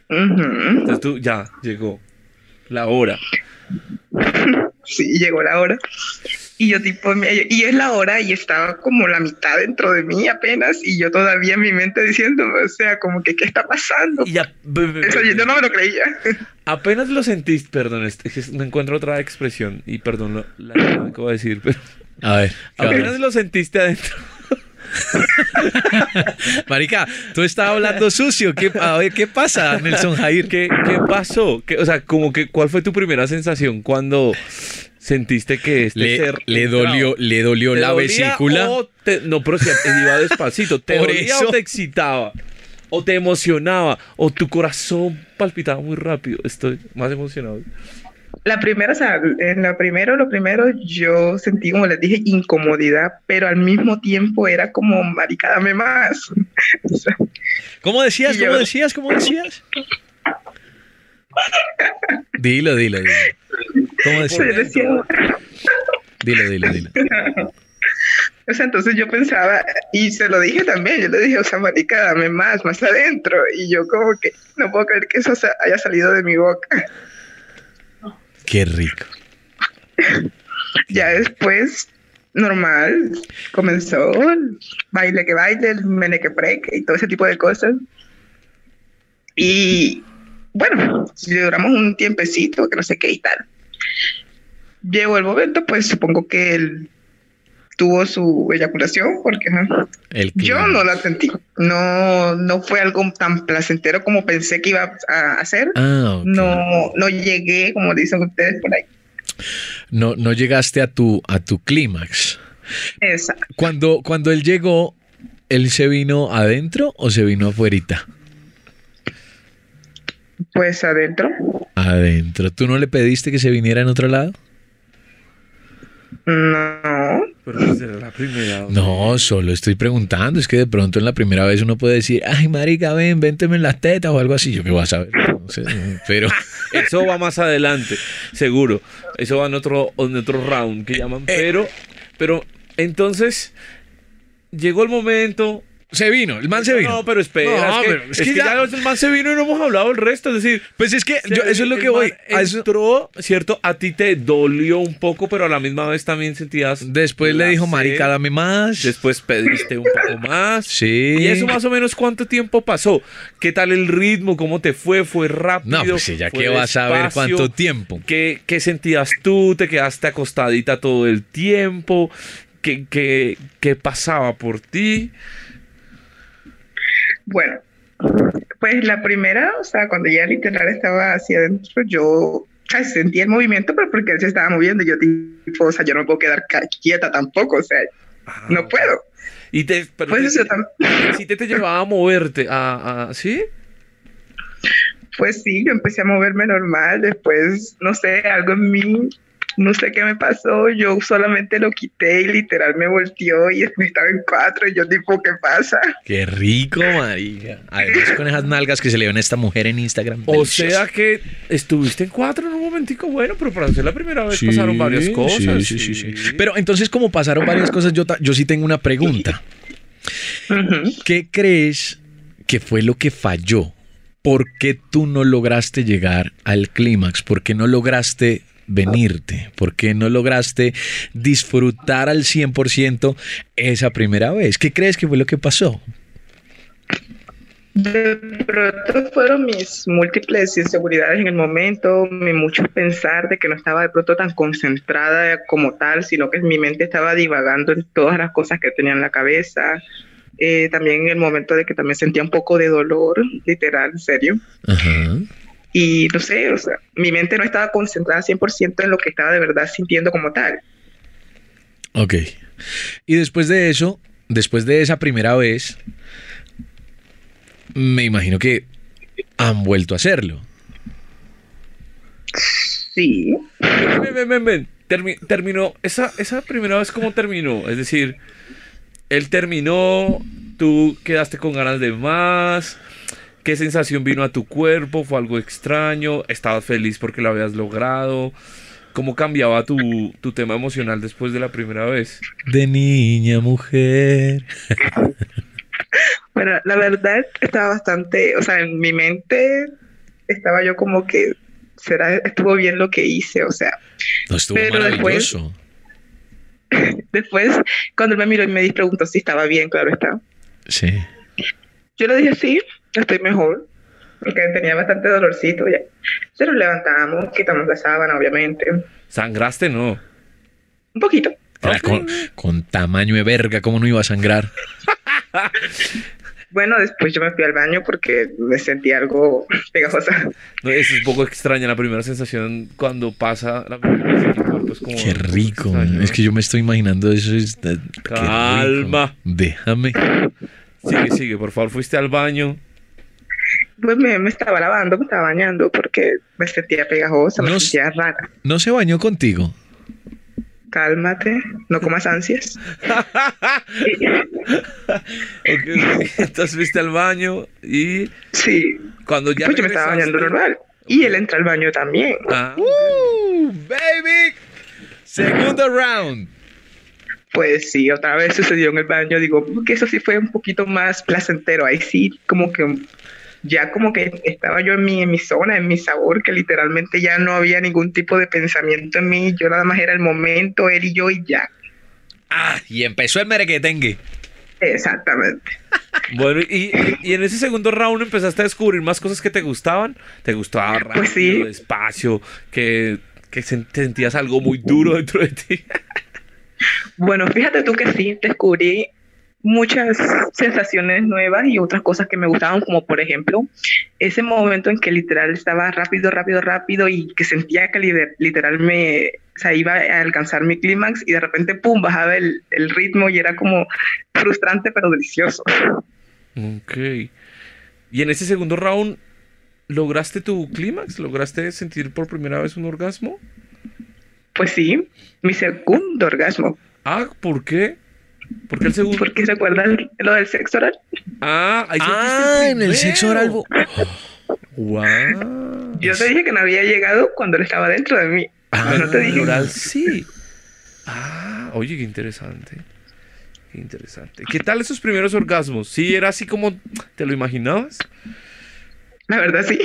Speaker 4: Ujú.
Speaker 2: Entonces tú ya llegó la hora.
Speaker 4: Sí, llegó la hora. Y yo tipo, me- y es la hora y estaba como la mitad dentro de mí apenas y yo todavía en mi mente diciendo, o sea, como que, ¿qué está pasando?
Speaker 2: Y ya.
Speaker 4: Eso yo, yo no me lo creía.
Speaker 2: Apenas lo sentiste, perdón, es- es- no encuentro otra expresión y perdón lo- la que acabo de decir, pero
Speaker 3: A ver. ¿qué va?
Speaker 2: apenas lo sentiste adentro.
Speaker 3: Marica, tú estabas hablando sucio. ¿Qué, a ver, ¿qué pasa, Nelson Jair?
Speaker 2: ¿Qué, qué pasó? ¿Qué- o sea, como que ¿cuál fue tu primera sensación cuando sentiste que este
Speaker 3: Le,
Speaker 2: ser
Speaker 3: le
Speaker 2: entraba?
Speaker 3: dolió, le dolió
Speaker 2: ¿Te
Speaker 3: la
Speaker 2: dolía
Speaker 3: vesícula.
Speaker 2: o te- no, pero si te iba despacito, te
Speaker 3: Por
Speaker 2: dolía
Speaker 3: eso.
Speaker 2: o te excitaba o te emocionaba o tu corazón palpitaba muy rápido. Estoy más emocionado.
Speaker 4: La primera, o sea, en la primero, lo primero, yo sentí, como les dije, incomodidad, pero al mismo tiempo era como, marica, dame más. O sea,
Speaker 3: ¿Cómo decías?
Speaker 4: Y
Speaker 3: ¿Cómo
Speaker 4: yo-
Speaker 3: decías? ¿Cómo decías? Dilo, dilo, dilo. ¿Cómo
Speaker 4: yo
Speaker 3: decías?
Speaker 4: decía,
Speaker 3: Dilo, dilo, dilo.
Speaker 4: O sea, entonces yo pensaba, y se lo dije también, yo le dije, o sea, marica, dame más, más adentro. Y yo como que no puedo creer que eso sa- haya salido de mi boca.
Speaker 3: Qué rico.
Speaker 4: Ya después, normal, comenzó el baile que baile, el mene que preque y todo ese tipo de cosas. Y bueno, duramos un tiempecito, que no sé qué y tal. Llegó el momento, pues supongo que él tuvo su eyaculación, porque ajá,
Speaker 3: El
Speaker 4: yo
Speaker 3: clima.
Speaker 4: no la sentí. No, no fue algo tan placentero como pensé que iba a hacer.
Speaker 3: Ah, ok.
Speaker 4: No, no llegué, como dicen ustedes por ahí.
Speaker 3: No, no llegaste a tu, a tu clímax.
Speaker 4: Esa.
Speaker 3: Cuando, cuando él llegó, ¿él se vino adentro o se vino afuerita?
Speaker 4: Pues adentro.
Speaker 3: Adentro. ¿Tú no le pediste que se viniera en otro lado?
Speaker 4: No.
Speaker 2: Pero pues era la primera. hombre.
Speaker 3: No, solo estoy preguntando. Es que de pronto en la primera vez uno puede decir, ay, marica, ven, vénteme en las tetas o algo así. Yo qué voy a saber. No sé, pero
Speaker 2: Eso va más adelante, seguro. Eso va en otro, en otro round que llaman.
Speaker 3: Eh,
Speaker 2: Pero, pero, entonces, llegó el momento.
Speaker 3: se vino, el man se vino.
Speaker 2: No, pero espera.
Speaker 3: No,
Speaker 2: es que,
Speaker 3: pero
Speaker 2: es que ya... el man se vino y no hemos hablado el resto. Es decir,
Speaker 3: Pues es que yo-
Speaker 2: se-
Speaker 3: eso es lo
Speaker 2: el
Speaker 3: que voy.
Speaker 2: man
Speaker 3: a eso-
Speaker 2: Entró, ¿cierto? A ti te dolió un poco, pero a la misma vez también sentías.
Speaker 3: Después le dijo,
Speaker 2: placer.
Speaker 3: marica, dame más.
Speaker 2: Después pediste un poco más.
Speaker 3: Sí.
Speaker 2: ¿Y eso más o menos cuánto tiempo pasó? ¿Qué tal el ritmo? ¿Cómo te fue? ¿Fue rápido?
Speaker 3: No, pues ella
Speaker 2: ¿Fue
Speaker 3: qué va a saber
Speaker 2: despacio?
Speaker 3: cuánto tiempo.
Speaker 2: ¿Qué, qué sentías tú? ¿Te quedaste acostadita todo el tiempo? ¿Qué, qué, qué pasaba por ti?
Speaker 4: Bueno, pues la primera, o sea, cuando ya literal estaba hacia adentro, yo ay, sentí el movimiento, pero porque él se estaba moviendo. y Yo, tipo, o sea, yo no me puedo quedar ca- quieta tampoco, o sea, no puedo.
Speaker 2: Y te, pero
Speaker 4: Pues
Speaker 2: te-
Speaker 4: eso tam-
Speaker 2: sí te, te llevaba a moverte. A, a- ¿Sí?
Speaker 4: Pues sí, yo empecé a moverme normal, después, no sé, algo en mí, no sé qué me pasó, yo solamente lo quité y literal me volteó y estaba en cuatro y yo tipo, ¿qué pasa?
Speaker 3: Qué rico, marica. Además, con esas nalgas que se le ven a esta mujer en Instagram.
Speaker 2: O
Speaker 3: deliciosa.
Speaker 2: sea que estuviste en cuatro en un momentico. Bueno, pero para ser la primera vez
Speaker 3: Sí,
Speaker 2: pasaron varias
Speaker 3: sí,
Speaker 2: cosas.
Speaker 3: sí, sí, sí. Pero entonces, como pasaron varias cosas, yo, ta- yo sí tengo una pregunta. ¿Qué crees que fue lo que falló? ¿Por qué tú no lograste llegar al clímax? ¿Por qué no lograste venirte? ¿Por qué no lograste disfrutar al 100% esa primera vez? ¿Qué crees que fue lo que pasó?
Speaker 4: De pronto fueron mis múltiples inseguridades en el momento, mi mucho pensar de que no estaba de pronto tan concentrada como tal, sino que mi mente estaba divagando en todas las cosas que tenía en la cabeza. Eh, también en el momento de que también sentía un poco de dolor, literal, en serio.
Speaker 3: Ajá.
Speaker 4: Y no sé, o sea, mi mente no estaba concentrada 100% en lo que estaba de verdad sintiendo como tal.
Speaker 3: Ok. Y después de eso, después de esa primera vez, me imagino que han vuelto a hacerlo.
Speaker 4: Sí,
Speaker 2: Ven, ven, ven, ven. Termi- terminó. Esa, esa primera vez, ¿cómo terminó? Es decir, él terminó, tú quedaste con ganas de más. ¿Qué sensación vino a tu cuerpo? ¿Fue algo extraño? ¿Estabas feliz porque lo habías logrado? ¿Cómo cambiaba tu, tu tema emocional después de la primera vez?
Speaker 3: De niña, mujer.
Speaker 4: Bueno, la verdad estaba bastante, o sea, en mi mente estaba yo como que será estuvo bien lo que hice, o sea,
Speaker 3: No estuvo
Speaker 4: Pero
Speaker 3: maravilloso.
Speaker 4: después cuando él me miró y me preguntó si estaba bien, claro está.
Speaker 3: Sí.
Speaker 4: Yo le dije sí, estoy mejor, porque tenía bastante dolorcito ya. Se nos levantamos, quitamos la sábana, obviamente,
Speaker 2: ¿Sangraste? No.
Speaker 4: un poquito.
Speaker 3: Era con, con tamaño de verga, ¿cómo no iba a sangrar?
Speaker 4: Bueno, después yo me fui al baño porque me sentí algo pegajosa.
Speaker 2: No, eso es un poco extraña la primera sensación cuando pasa la primera vez. en tu cuerpo es como-
Speaker 3: Qué rico.
Speaker 2: extraño,
Speaker 3: Es que yo me estoy imaginando eso. es- eh, qué rico.
Speaker 2: Calma.
Speaker 3: Déjame.
Speaker 2: Sigue, sigue, por favor, fuiste al baño.
Speaker 4: Pues me, me estaba lavando, me estaba bañando porque me sentía pegajosa, me
Speaker 3: No s-
Speaker 4: sentía rara.
Speaker 3: No se bañó contigo.
Speaker 4: Cálmate, no comas ansias.
Speaker 2: Ok, Entonces fuiste al baño y
Speaker 4: Sí,
Speaker 2: cuando ya
Speaker 4: pues yo me estaba
Speaker 2: regresaste-
Speaker 4: bañando normal. Y él entra al baño también.
Speaker 2: Ah,
Speaker 3: ¡Uh, baby! Segundo round.
Speaker 4: Pues sí, otra vez sucedió en el baño, digo, que eso sí fue un poquito más placentero, ahí sí, como que ya como que estaba yo en mi, en mi zona, en mi sabor, que literalmente ya no había ningún tipo de pensamiento en mí, yo nada más era el momento, él y yo y ya.
Speaker 3: Ah, y empezó el merequetengue.
Speaker 4: Exactamente.
Speaker 2: Bueno, y, y en ese segundo round empezaste a descubrir más cosas que te gustaban. ¿Te gustaba rápido,
Speaker 4: Pues sí.
Speaker 2: despacio, que, que sen- sentías algo muy duro dentro de ti?
Speaker 4: Bueno, fíjate tú que sí, descubrí muchas sensaciones nuevas y otras cosas que me gustaban, como por ejemplo ese momento en que literal estaba rápido, rápido, rápido y que sentía que lider- literal me o sea, iba a alcanzar mi clímax y de repente, ¡pum!, bajaba el, el ritmo y era como frustrante pero delicioso.
Speaker 2: Ok. Y en ese segundo round, ¿lograste tu clímax? ¿Lograste sentir por primera vez un orgasmo?
Speaker 4: Pues sí, mi segundo orgasmo.
Speaker 2: Ah, ¿por qué? ¿Por qué el segundo?
Speaker 4: Porque recuerdas lo del sexo oral.
Speaker 2: Ah, ahí
Speaker 3: Ah, en el sexo oral. bo-
Speaker 2: Wow.
Speaker 4: Yo te dije que no había llegado cuando él estaba dentro de mí.
Speaker 3: Ah,
Speaker 4: no te dije.
Speaker 2: oral Ah, sí. Ah, oye, qué interesante. Qué interesante. ¿Qué tal esos primeros orgasmos? ¿Sí era así como te lo imaginabas?
Speaker 4: La verdad sí.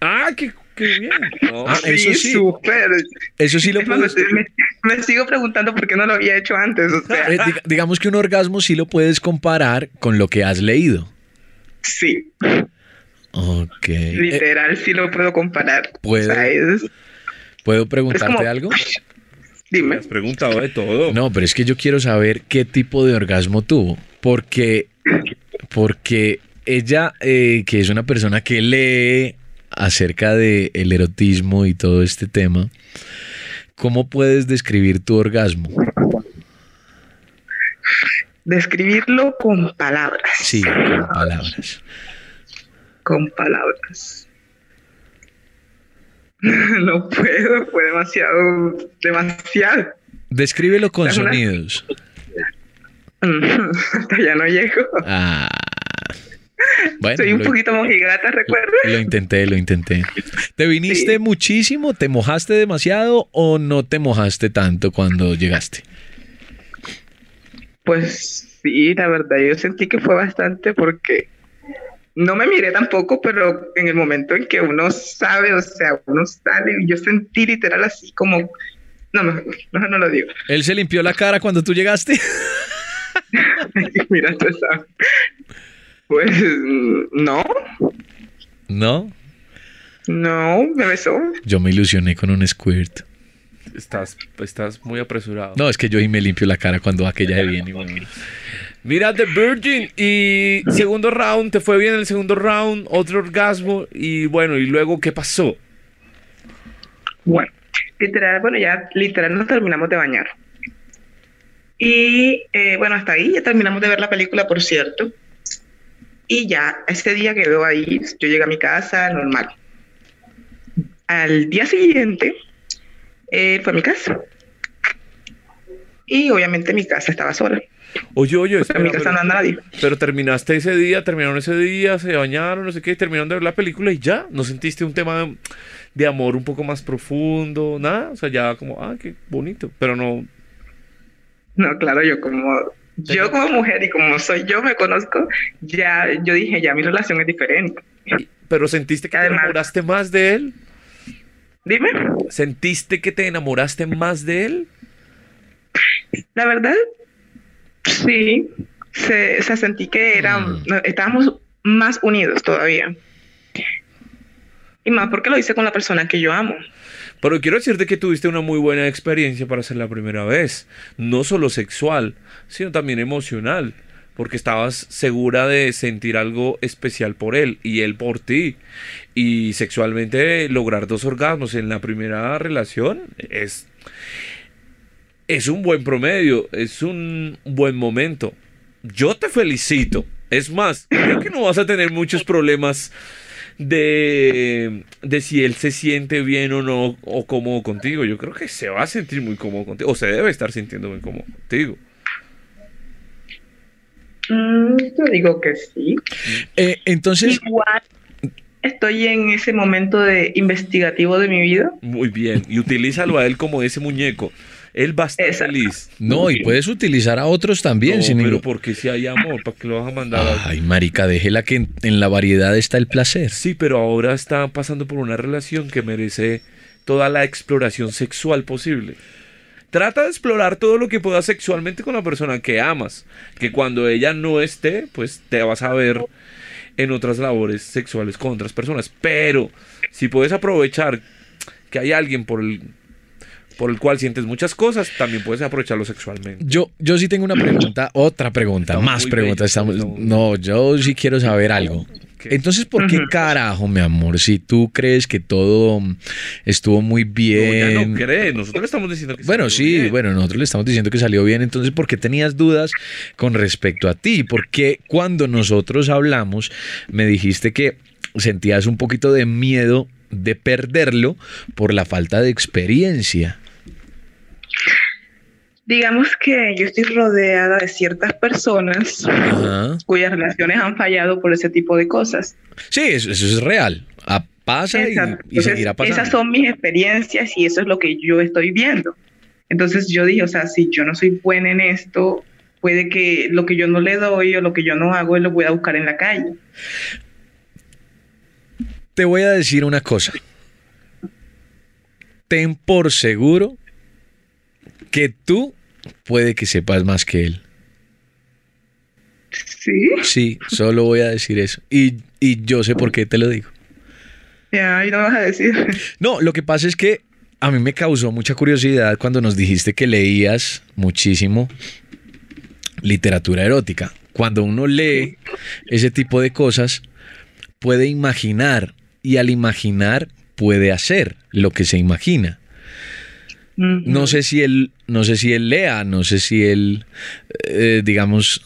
Speaker 2: Ah, qué, qué bien. No,
Speaker 3: Ah, eso sí.
Speaker 4: súper.
Speaker 3: Eso sí lo
Speaker 4: Es más, me,
Speaker 3: puedes.
Speaker 4: me- me sigo preguntando por qué no lo había hecho antes. O sea,
Speaker 3: eh, diga- digamos que un orgasmo sí lo puedes comparar con lo que has leído.
Speaker 4: sí,
Speaker 3: Ok. Eh,
Speaker 4: literal, sí lo puedo comparar.
Speaker 3: puedo-
Speaker 4: O sea, es-
Speaker 3: Eh, ¿Puedo
Speaker 4: es
Speaker 3: preguntarte
Speaker 4: como-
Speaker 3: algo?
Speaker 2: me
Speaker 4: Dime.
Speaker 2: has preguntado de todo.
Speaker 3: No, pero es que yo quiero saber qué tipo de orgasmo tuvo. Porque, porque ella, eh, que es una persona que lee acerca del el erotismo y todo este tema, ¿cómo puedes describir tu orgasmo?
Speaker 4: Describirlo con palabras.
Speaker 3: Sí, con palabras.
Speaker 4: Con palabras. No puedo, fue demasiado, demasiado.
Speaker 3: Descríbelo con
Speaker 4: Es una-
Speaker 3: sonidos.
Speaker 4: Hasta ya no llego.
Speaker 3: Ah. Bueno,
Speaker 4: Soy un
Speaker 3: lo,
Speaker 4: poquito mojigata, recuerda.
Speaker 3: lo intenté, lo intenté. ¿Te viniste
Speaker 4: Sí.
Speaker 3: muchísimo? ¿Te mojaste demasiado o no te mojaste tanto cuando llegaste?
Speaker 4: Pues sí, la verdad, yo sentí que fue bastante porque no me miré tampoco, pero en el momento en que uno sabe, o sea, uno sale, yo sentí literal así como, no, no, no, no lo digo,
Speaker 3: Él se limpió la cara cuando tú llegaste.
Speaker 4: mira, tú sabes. Pues mm, no,
Speaker 3: No,
Speaker 4: no, me besó.
Speaker 3: yo me ilusioné con un squirt.
Speaker 2: Estás, estás muy apresurado.
Speaker 3: No, es que yo ahí me limpio la cara cuando aquella de viene.
Speaker 2: Mira, The Virgin y segundo round, te fue bien el segundo round, otro orgasmo y bueno, y luego, ¿qué pasó?
Speaker 4: Bueno, literal, bueno, ya literal nos terminamos de bañar. Y eh, bueno, hasta ahí ya terminamos de ver la película, por cierto. Y ya, ese día quedó ahí, yo llegué a mi casa, normal. Al día siguiente, eh, fue a mi casa. Y obviamente mi casa estaba sola.
Speaker 2: Oye, oye,
Speaker 4: En mi
Speaker 2: espera,
Speaker 4: casa
Speaker 2: pero,
Speaker 4: no anda nadie.
Speaker 2: pero terminaste ese día, terminaron ese día, se bañaron, no sé qué, y terminaron de ver la película y ya, ¿no sentiste un tema de, de amor un poco más profundo? Nada, o sea, ya como, ah, qué bonito, pero no,
Speaker 4: No, claro, yo como, yo como mujer y como soy yo, me conozco, ya yo dije, ya mi relación es diferente.
Speaker 2: pero sentiste que te
Speaker 4: Además-
Speaker 2: enamoraste más de él,
Speaker 4: Dime.
Speaker 2: sentiste que te enamoraste más de él.
Speaker 4: La verdad, sí. Se, se sentí que era,
Speaker 3: Mm.
Speaker 4: no, estábamos más unidos todavía. Y más porque lo hice con la persona que yo amo.
Speaker 2: Pero quiero decirte que tuviste una muy buena experiencia para ser la primera vez, no solo sexual, sino también emocional, porque estabas segura de sentir algo especial por él y él por ti. Y sexualmente lograr dos orgasmos en la primera relación es es un buen promedio, es un buen momento. Yo te felicito. Es más, creo que no vas a tener muchos problemas de, de si él se siente bien o no o cómodo contigo. Yo creo que se va a sentir muy cómodo contigo. O se debe estar sintiendo muy cómodo contigo.
Speaker 4: Mm, yo digo que sí.
Speaker 3: Eh, entonces,
Speaker 4: Igual estoy en ese momento de investigativo de mi vida.
Speaker 2: Muy bien. Y utilízalo a él como ese muñeco. Él va a estar
Speaker 4: Exacto.
Speaker 2: feliz.
Speaker 3: No, y puedes utilizar a otros también,
Speaker 2: No,
Speaker 3: sin
Speaker 2: pero
Speaker 3: ningún... Ah.
Speaker 2: porque si hay amor, ¿para qué lo vas a mandar? a-
Speaker 3: Ay, marica, déjela que en, en la variedad está el placer.
Speaker 2: Sí, pero ahora está pasando por una relación que merece toda la exploración sexual posible. Trata de explorar todo lo que puedas sexualmente con la persona que amas. Que cuando ella no esté, pues te vas a ver en otras labores sexuales con otras personas. Pero si puedes aprovechar que hay alguien por el, por el cual sientes muchas cosas, también puedes aprovecharlo sexualmente.
Speaker 3: Yo, yo sí tengo una pregunta, otra pregunta,
Speaker 2: Estamos
Speaker 3: más
Speaker 2: muy
Speaker 3: preguntas.
Speaker 2: bellos,
Speaker 3: Estamos,
Speaker 2: estamos-
Speaker 3: no, yo sí quiero saber algo.
Speaker 2: ¿Qué?
Speaker 3: Entonces, ¿por qué
Speaker 4: Ujú.
Speaker 3: carajo, mi amor? Si tú crees que todo mm, estuvo muy
Speaker 2: No,
Speaker 3: bien.
Speaker 2: ya no cree, nosotros le estamos diciendo que
Speaker 3: Bueno,
Speaker 2: salió
Speaker 3: sí,
Speaker 2: bien.
Speaker 3: bueno, nosotros le estamos diciendo que salió bien, entonces ¿por qué tenías dudas con respecto a ti? ¿Por qué cuando nosotros hablamos me dijiste que sentías un poquito de miedo de perderlo por la falta de experiencia?
Speaker 4: Digamos que yo estoy rodeada de ciertas personas
Speaker 3: Ajá.
Speaker 4: cuyas relaciones han fallado por ese tipo de cosas.
Speaker 3: Sí, eso, eso es real. Ah, pasa y-
Speaker 4: Exacto.
Speaker 3: y,
Speaker 4: Entonces,
Speaker 3: seguirá pasando.
Speaker 4: Esas son mis experiencias y eso es lo que yo estoy viendo. Entonces yo dije, o sea, si yo no soy buena en esto, puede que lo que yo no le doy o lo que yo no hago lo voy a buscar en la calle.
Speaker 3: Te voy a decir una cosa. Ten por seguro que tú puede que sepas más que él.
Speaker 4: Sí.
Speaker 3: Sí, solo voy a decir eso. Y, y yo sé por qué te lo digo.
Speaker 4: Ya, y no me vas a decir.
Speaker 3: No, lo que pasa es que a mí me causó mucha curiosidad cuando nos dijiste que leías muchísimo literatura erótica. Cuando uno lee ese tipo de cosas, puede imaginar y al imaginar puede hacer lo que se imagina. No sé si él, no sé si él lea, no sé si él, eh, digamos,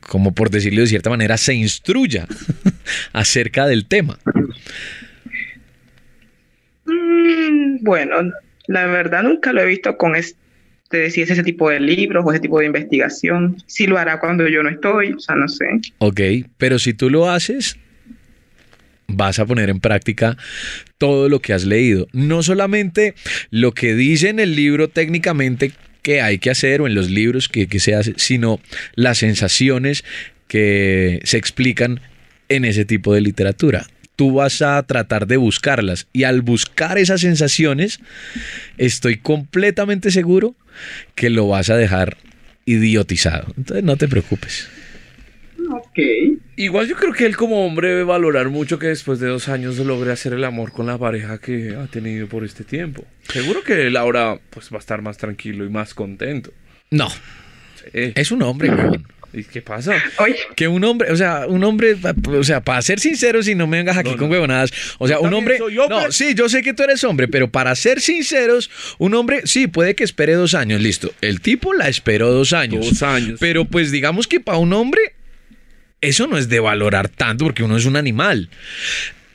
Speaker 3: como por decirlo de cierta manera, se instruya acerca del tema.
Speaker 4: Mm, bueno, la verdad nunca lo he visto con este, si es ese tipo de libros o ese tipo de investigación. Si lo hará cuando yo no estoy, o sea, no sé.
Speaker 3: Ok, pero si tú lo haces, vas a poner en práctica todo lo que has leído. No solamente lo que dice en el libro técnicamente que hay que hacer o en los libros que, que se hace, sino las sensaciones que se explican en ese tipo de literatura. Tú vas a tratar de buscarlas y al buscar esas sensaciones, estoy completamente seguro que lo vas a dejar idiotizado. Entonces no te preocupes.
Speaker 4: Ok.
Speaker 2: Igual yo creo que él como hombre debe valorar mucho que después de dos años logre hacer el amor con la pareja que ha tenido por este tiempo. Seguro que él ahora pues va a estar más tranquilo y más contento.
Speaker 3: No,
Speaker 2: Sí.
Speaker 3: Es un hombre, weón.
Speaker 2: ¿Y qué pasa?
Speaker 4: Oye,
Speaker 3: Que un hombre, o sea, un hombre, o sea, para ser sinceros y no me vengas aquí
Speaker 2: No,
Speaker 3: con
Speaker 2: no.
Speaker 3: huevonadas, o sea,
Speaker 2: Yo
Speaker 3: un
Speaker 2: también
Speaker 3: hombre,
Speaker 2: soy hombre.
Speaker 3: no, sí, yo sé que tú eres hombre, pero para ser sinceros, un hombre, sí, puede que espere dos años, listo. El tipo la esperó dos años,
Speaker 2: Dos años.
Speaker 3: pero pues digamos que para un hombre eso no es de valorar tanto porque uno es un animal.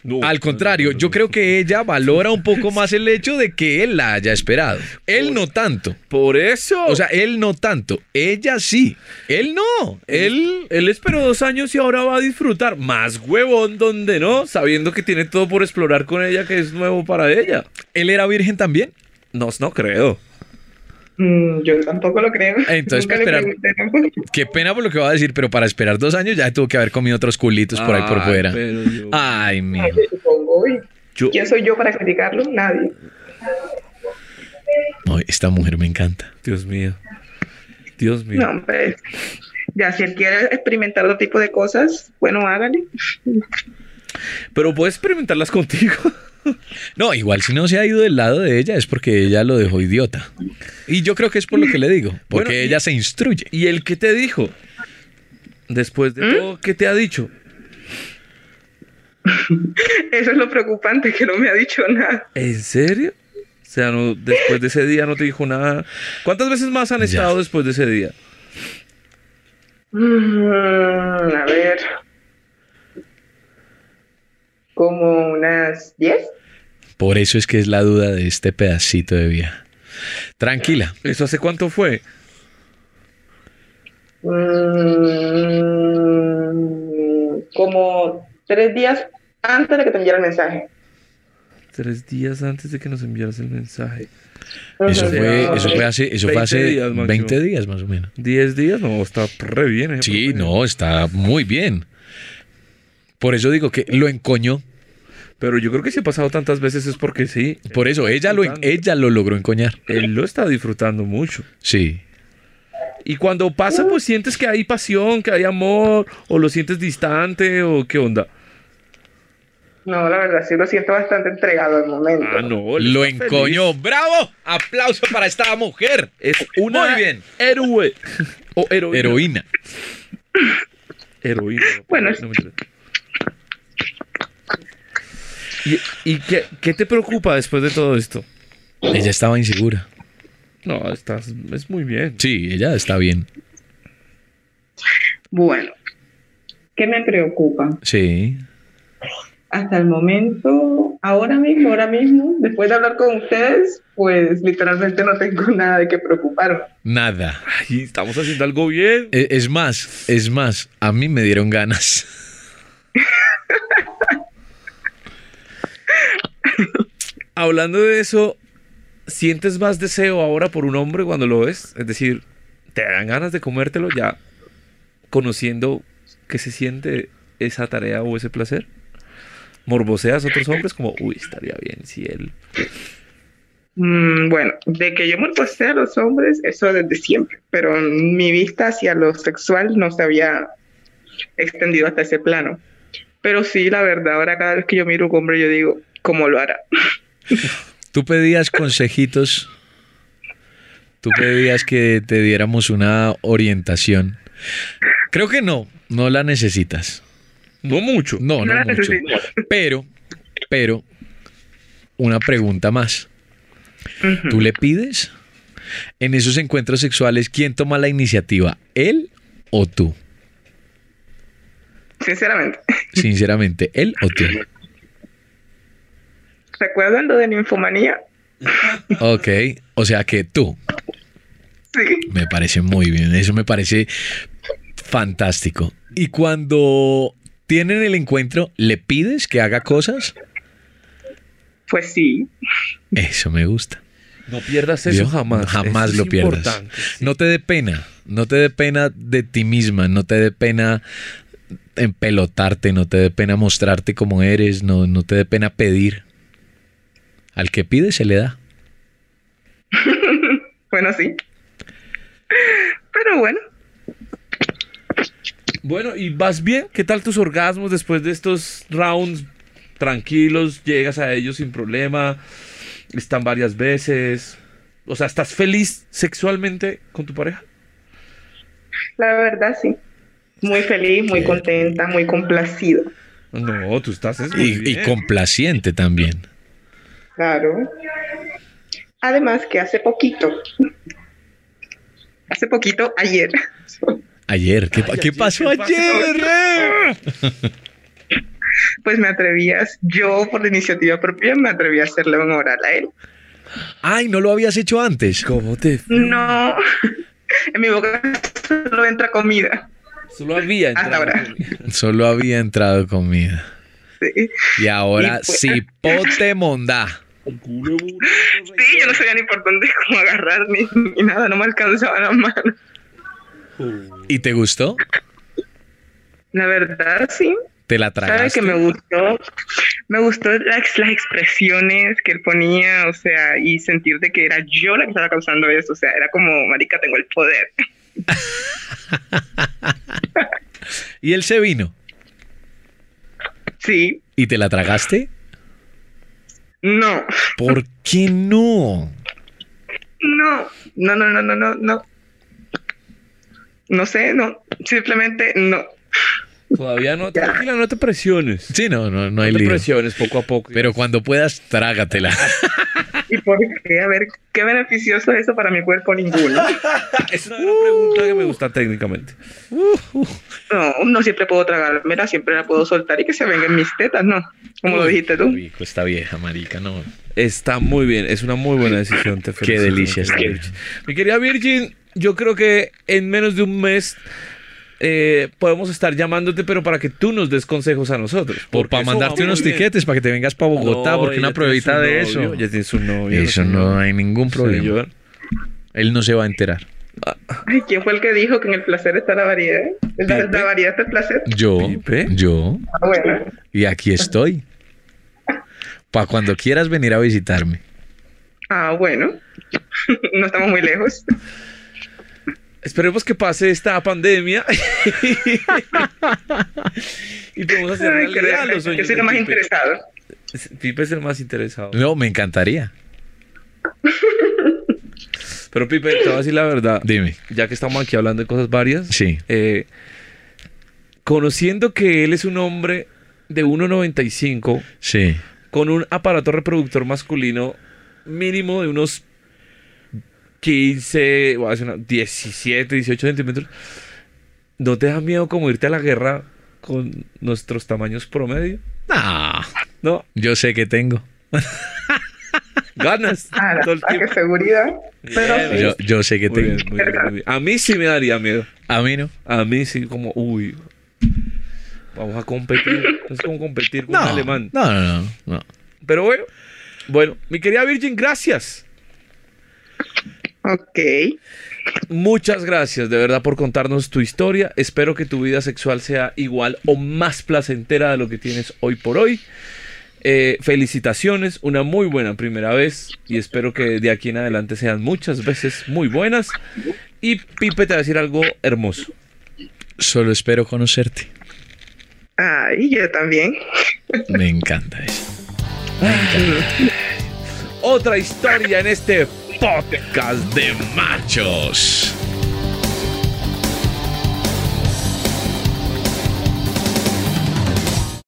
Speaker 2: No.
Speaker 3: Al contrario, yo creo que ella valora un poco más el hecho de que él la haya esperado. Él no tanto.
Speaker 2: Por eso.
Speaker 3: O sea, él no tanto. Ella sí. Él no. Él
Speaker 2: él, él esperó dos años y ahora va a disfrutar. Más huevón donde no, sabiendo que tiene todo por explorar con ella que es nuevo para ella.
Speaker 3: ¿Él era virgen también?
Speaker 2: No, no creo.
Speaker 4: mm, yo tampoco lo creo.
Speaker 3: Entonces,
Speaker 4: Nunca
Speaker 3: pues,
Speaker 4: le
Speaker 3: espera.
Speaker 4: pregunté tampoco.
Speaker 3: Qué pena por lo que va a decir, pero para esperar dos años ya tuvo que haber comido otros culitos por ahí por
Speaker 2: Ay,
Speaker 3: fuera. Ah,
Speaker 2: pero yo-
Speaker 3: Ay, mijo.
Speaker 4: Supongo, ¿y
Speaker 2: Yo-
Speaker 4: ¿Quién soy yo para criticarlo? Nadie.
Speaker 3: Ay, esta mujer me encanta.
Speaker 2: Dios mío. Dios mío.
Speaker 4: No, pues. Ya, si él quiere experimentar otro tipo de cosas, bueno, hágale.
Speaker 2: Pero puedes experimentarlas contigo.
Speaker 3: No, igual si no se ha ido del lado de ella es porque ella lo dejó idiota. Y yo creo que es por lo que le digo, porque
Speaker 2: Bueno, y-
Speaker 3: ella se instruye.
Speaker 2: ¿Y el qué te dijo? Después de todo, ¿qué te ha dicho?
Speaker 4: Eso es lo preocupante, que no me ha dicho nada.
Speaker 2: ¿En serio? O sea, no, después de ese día no te dijo nada. ¿Cuántas veces más han
Speaker 3: Ya.
Speaker 2: estado después de ese día?
Speaker 4: Mm, a ver. Como unas 10.
Speaker 3: Por eso es que es la duda de este pedacito de vida. Tranquila,
Speaker 2: ¿Eso hace cuánto fue?
Speaker 4: Mm, como tres días antes de que te enviara el mensaje.
Speaker 2: Tres días antes de que nos enviaras el mensaje.
Speaker 3: Eso
Speaker 2: O sea,
Speaker 3: fue, eso fue hace, eso fue
Speaker 2: 20
Speaker 3: hace
Speaker 2: días máximo.
Speaker 3: 20 días más o menos.
Speaker 2: ¿Diez días? No, está re bien. ¿eh?
Speaker 3: Sí,
Speaker 2: Pero-
Speaker 3: no, está muy bien. Por eso digo que lo encoñó.
Speaker 2: Pero yo creo que si ha pasado tantas veces es porque sí.
Speaker 3: Por eso ella lo, en- ella lo logró encoñar.
Speaker 2: Él lo está disfrutando mucho.
Speaker 3: Sí.
Speaker 2: Y cuando pasa, pues sientes que hay pasión, que hay amor, o lo sientes distante, o qué onda.
Speaker 4: No, la verdad, sí lo siento bastante entregado al momento.
Speaker 2: Ah, no. él
Speaker 3: Lo
Speaker 2: está
Speaker 3: encoñó.
Speaker 2: feliz.
Speaker 3: ¡Bravo! Aplauso para esta mujer.
Speaker 2: Es una
Speaker 3: Muy bien.
Speaker 2: héroe. O heroína.
Speaker 3: Heroína.
Speaker 2: Heroína.
Speaker 4: Bueno,
Speaker 2: No me interesa. ¿Y, y qué, qué te preocupa después de todo esto?
Speaker 3: Ella estaba insegura.
Speaker 2: No, estás, es muy bien.
Speaker 3: Sí, ella está bien.
Speaker 4: Bueno, ¿qué me preocupa?
Speaker 3: Sí.
Speaker 4: Hasta el momento, ahora mismo, ahora mismo, después de hablar con ustedes, pues literalmente no tengo nada de qué preocuparme.
Speaker 3: Nada.
Speaker 2: Ay, estamos haciendo algo bien.
Speaker 3: E- Es más, es más, a mí me dieron ganas.
Speaker 2: Hablando de eso, ¿sientes más deseo ahora por un hombre cuando lo ves? Es decir, ¿te dan ganas de comértelo ya conociendo que se siente esa tarea o ese placer? ¿Morboseas a otros hombres como, uy, estaría bien si él...
Speaker 4: Mm, bueno, de que yo morposé a los hombres, eso desde siempre, pero mi vista hacia lo sexual no se había extendido hasta ese plano. Pero sí, la verdad, ahora cada vez que yo miro a un hombre, yo digo, ¿cómo lo hará?
Speaker 3: Tú pedías consejitos. Tú pedías que te diéramos una orientación. Creo que no, no la necesitas.
Speaker 2: No mucho.
Speaker 3: No, no
Speaker 4: la
Speaker 3: mucho.
Speaker 4: necesito.
Speaker 3: Pero, pero, una pregunta más.
Speaker 4: Ujú.
Speaker 3: ¿Tú le pides? En esos encuentros sexuales, ¿quién toma la iniciativa? ¿Él o tú?
Speaker 4: Sinceramente,
Speaker 3: Sinceramente, ¿él o tú?
Speaker 4: ¿recuerdan lo de ninfomanía?
Speaker 3: Ok, o sea que tú.
Speaker 4: Sí.
Speaker 3: Me parece muy bien, eso me parece fantástico. Y cuando tienen el encuentro, ¿le pides que haga cosas?
Speaker 4: Pues sí,
Speaker 3: Eso me gusta.
Speaker 2: No pierdas eso
Speaker 3: Yo
Speaker 2: jamás.
Speaker 3: Jamás
Speaker 2: Eso
Speaker 3: lo
Speaker 2: es
Speaker 3: pierdas.
Speaker 2: importante, sí.
Speaker 3: No te dé pena. No te dé pena de ti misma. No te dé pena empelotarte. No te dé pena mostrarte como eres. No, no te dé pena pedir. Al que pide se le da.
Speaker 4: bueno, sí. Pero bueno,
Speaker 2: Bueno, ¿y vas bien? ¿Qué tal tus orgasmos después de estos rounds tranquilos? ¿Llegas a ellos sin problema? ¿Están varias veces? O sea, ¿estás feliz sexualmente con tu pareja?
Speaker 4: la verdad sí. Muy feliz, muy contenta, muy complacida.
Speaker 2: No, tú estás es muy
Speaker 3: Y, y
Speaker 2: bien.
Speaker 3: complaciente también.
Speaker 4: Claro. Además que hace poquito, hace poquito, ayer,
Speaker 3: Ayer. ¿Qué, pa-
Speaker 2: Ay,
Speaker 3: qué
Speaker 2: ayer,
Speaker 3: pasó
Speaker 2: ¿qué pasó?
Speaker 3: ayer?
Speaker 4: pues me atrevías, yo por iniciativa propia me atreví a hacerle un oral a él.
Speaker 3: Ay, no lo habías hecho antes.
Speaker 2: ¿Cómo te...?
Speaker 4: No, en mi boca solo entra comida.
Speaker 2: Solo había
Speaker 4: Hasta
Speaker 2: entrado.
Speaker 4: ahora.
Speaker 3: Solo había entrado comida.
Speaker 4: Sí.
Speaker 3: Y ahora
Speaker 4: Y fue-
Speaker 3: cipote mondá.
Speaker 2: El culo bonito,
Speaker 4: Sí, yo no sabía ni por dónde cómo agarrar ni, ni nada, no me alcanzaba la mano.
Speaker 2: Oh.
Speaker 3: ¿Y te gustó?
Speaker 4: La verdad, sí.
Speaker 3: ¿Te la
Speaker 4: ¿Sabes
Speaker 3: tragaste?
Speaker 4: que me gustó? Me gustó las, las expresiones que él ponía, o sea, y sentir de que era yo la que estaba causando eso, o sea, era como, marica, tengo el poder.
Speaker 3: Y él se vino.
Speaker 4: Sí,
Speaker 3: ¿Y te la tragaste?
Speaker 4: no,
Speaker 3: ¿Por qué no?
Speaker 4: no, no, no, no, no, no, no. No sé, no, simplemente no.
Speaker 2: Todavía no, tranquila, no te presiones.
Speaker 3: Sí, no, no, no hay
Speaker 2: No te
Speaker 3: lío.
Speaker 2: presiones poco a poco.
Speaker 3: Pero cuando puedas, trágatela.
Speaker 4: ¿Y por qué? A ver, ¿qué beneficioso es eso para mi cuerpo? Ninguno.
Speaker 2: Ah, es una gran pregunta que me gusta técnicamente.
Speaker 4: No, no siempre puedo tragármela, siempre la puedo soltar y que se vengan mis tetas, ¿no? Como lo dijiste tú.
Speaker 3: Rico, esta vieja, marica, no.
Speaker 2: Está muy bien, es una muy buena decisión. Te felicito,
Speaker 3: delicia
Speaker 2: mi querida
Speaker 3: está.
Speaker 2: Virgin. Mi querida Virgin, yo creo que en menos de un mes eh, podemos estar llamándote, pero para que tú nos des consejos a nosotros.
Speaker 3: Por para
Speaker 2: eso
Speaker 3: mandarte
Speaker 2: va
Speaker 3: unos
Speaker 2: muy bien.
Speaker 3: tiquetes para que te vengas para Bogotá,
Speaker 2: No,
Speaker 3: porque
Speaker 2: ella
Speaker 3: una
Speaker 2: tiene
Speaker 3: pruebita
Speaker 2: su
Speaker 3: de
Speaker 2: novio,
Speaker 3: eso.
Speaker 2: Ella tiene su novio.
Speaker 3: Eso no hay ningún problema.
Speaker 2: Señor.
Speaker 3: Él no se va a enterar.
Speaker 4: Ay, ¿quién fue el que dijo que en el placer está la variedad? ¿La, la variedad está el placer?
Speaker 3: Yo,
Speaker 2: Pipe.
Speaker 3: yo,
Speaker 4: Ah, bueno.
Speaker 3: y aquí estoy. Para cuando quieras venir a visitarme.
Speaker 4: Ah, bueno. no estamos muy lejos.
Speaker 2: Esperemos que pase esta pandemia. y podemos hacer
Speaker 4: Ay,
Speaker 2: Pues realidad
Speaker 4: créeme,
Speaker 2: los sueños
Speaker 4: yo soy
Speaker 2: de
Speaker 4: lo más
Speaker 2: Pipe.
Speaker 4: interesado.
Speaker 2: Pipe es el más interesado.
Speaker 3: No, me encantaría.
Speaker 2: Pero Pipe, te voy a decir la verdad.
Speaker 3: Dime.
Speaker 2: Ya que estamos aquí hablando de cosas varias.
Speaker 3: Sí.
Speaker 2: eh, conociendo que él es un hombre de 1.95
Speaker 3: Sí.
Speaker 2: con un aparato reproductor masculino mínimo de unos 15, voy a decir una- 17, 18 centímetros, ¿no te da miedo como irte a la guerra con nuestros tamaños promedio?
Speaker 3: No,
Speaker 2: No,
Speaker 3: yo sé que tengo.
Speaker 2: ganas.
Speaker 4: Ah,
Speaker 2: todo el
Speaker 4: la- ah,
Speaker 2: tiempo.
Speaker 4: qué seguridad. Pero
Speaker 2: Bien,
Speaker 4: sí.
Speaker 3: Yo, yo sé que
Speaker 2: Pues, Muy
Speaker 3: tengo.
Speaker 2: bien, muy bien, muy bien. A mí sí me daría miedo.
Speaker 3: A mí no.
Speaker 2: A mí sí, como, uy, vamos a competir. Es como competir con
Speaker 3: No,
Speaker 2: un alemán.
Speaker 3: no, no, no, no.
Speaker 2: Pero bueno, bueno, mi querida Virgin, gracias.
Speaker 4: Ok.
Speaker 2: Muchas gracias de verdad por contarnos tu historia. Espero que tu vida sexual sea igual o más placentera de lo que tienes hoy por hoy. Eh, felicitaciones, una muy buena primera vez y espero que de aquí en adelante sean muchas veces muy buenas. Y Pipe te va a decir algo hermoso.
Speaker 3: Solo espero conocerte.
Speaker 4: Ay, yo también.
Speaker 3: Me encanta eso.
Speaker 2: Otra historia en este podcast de
Speaker 3: Machos.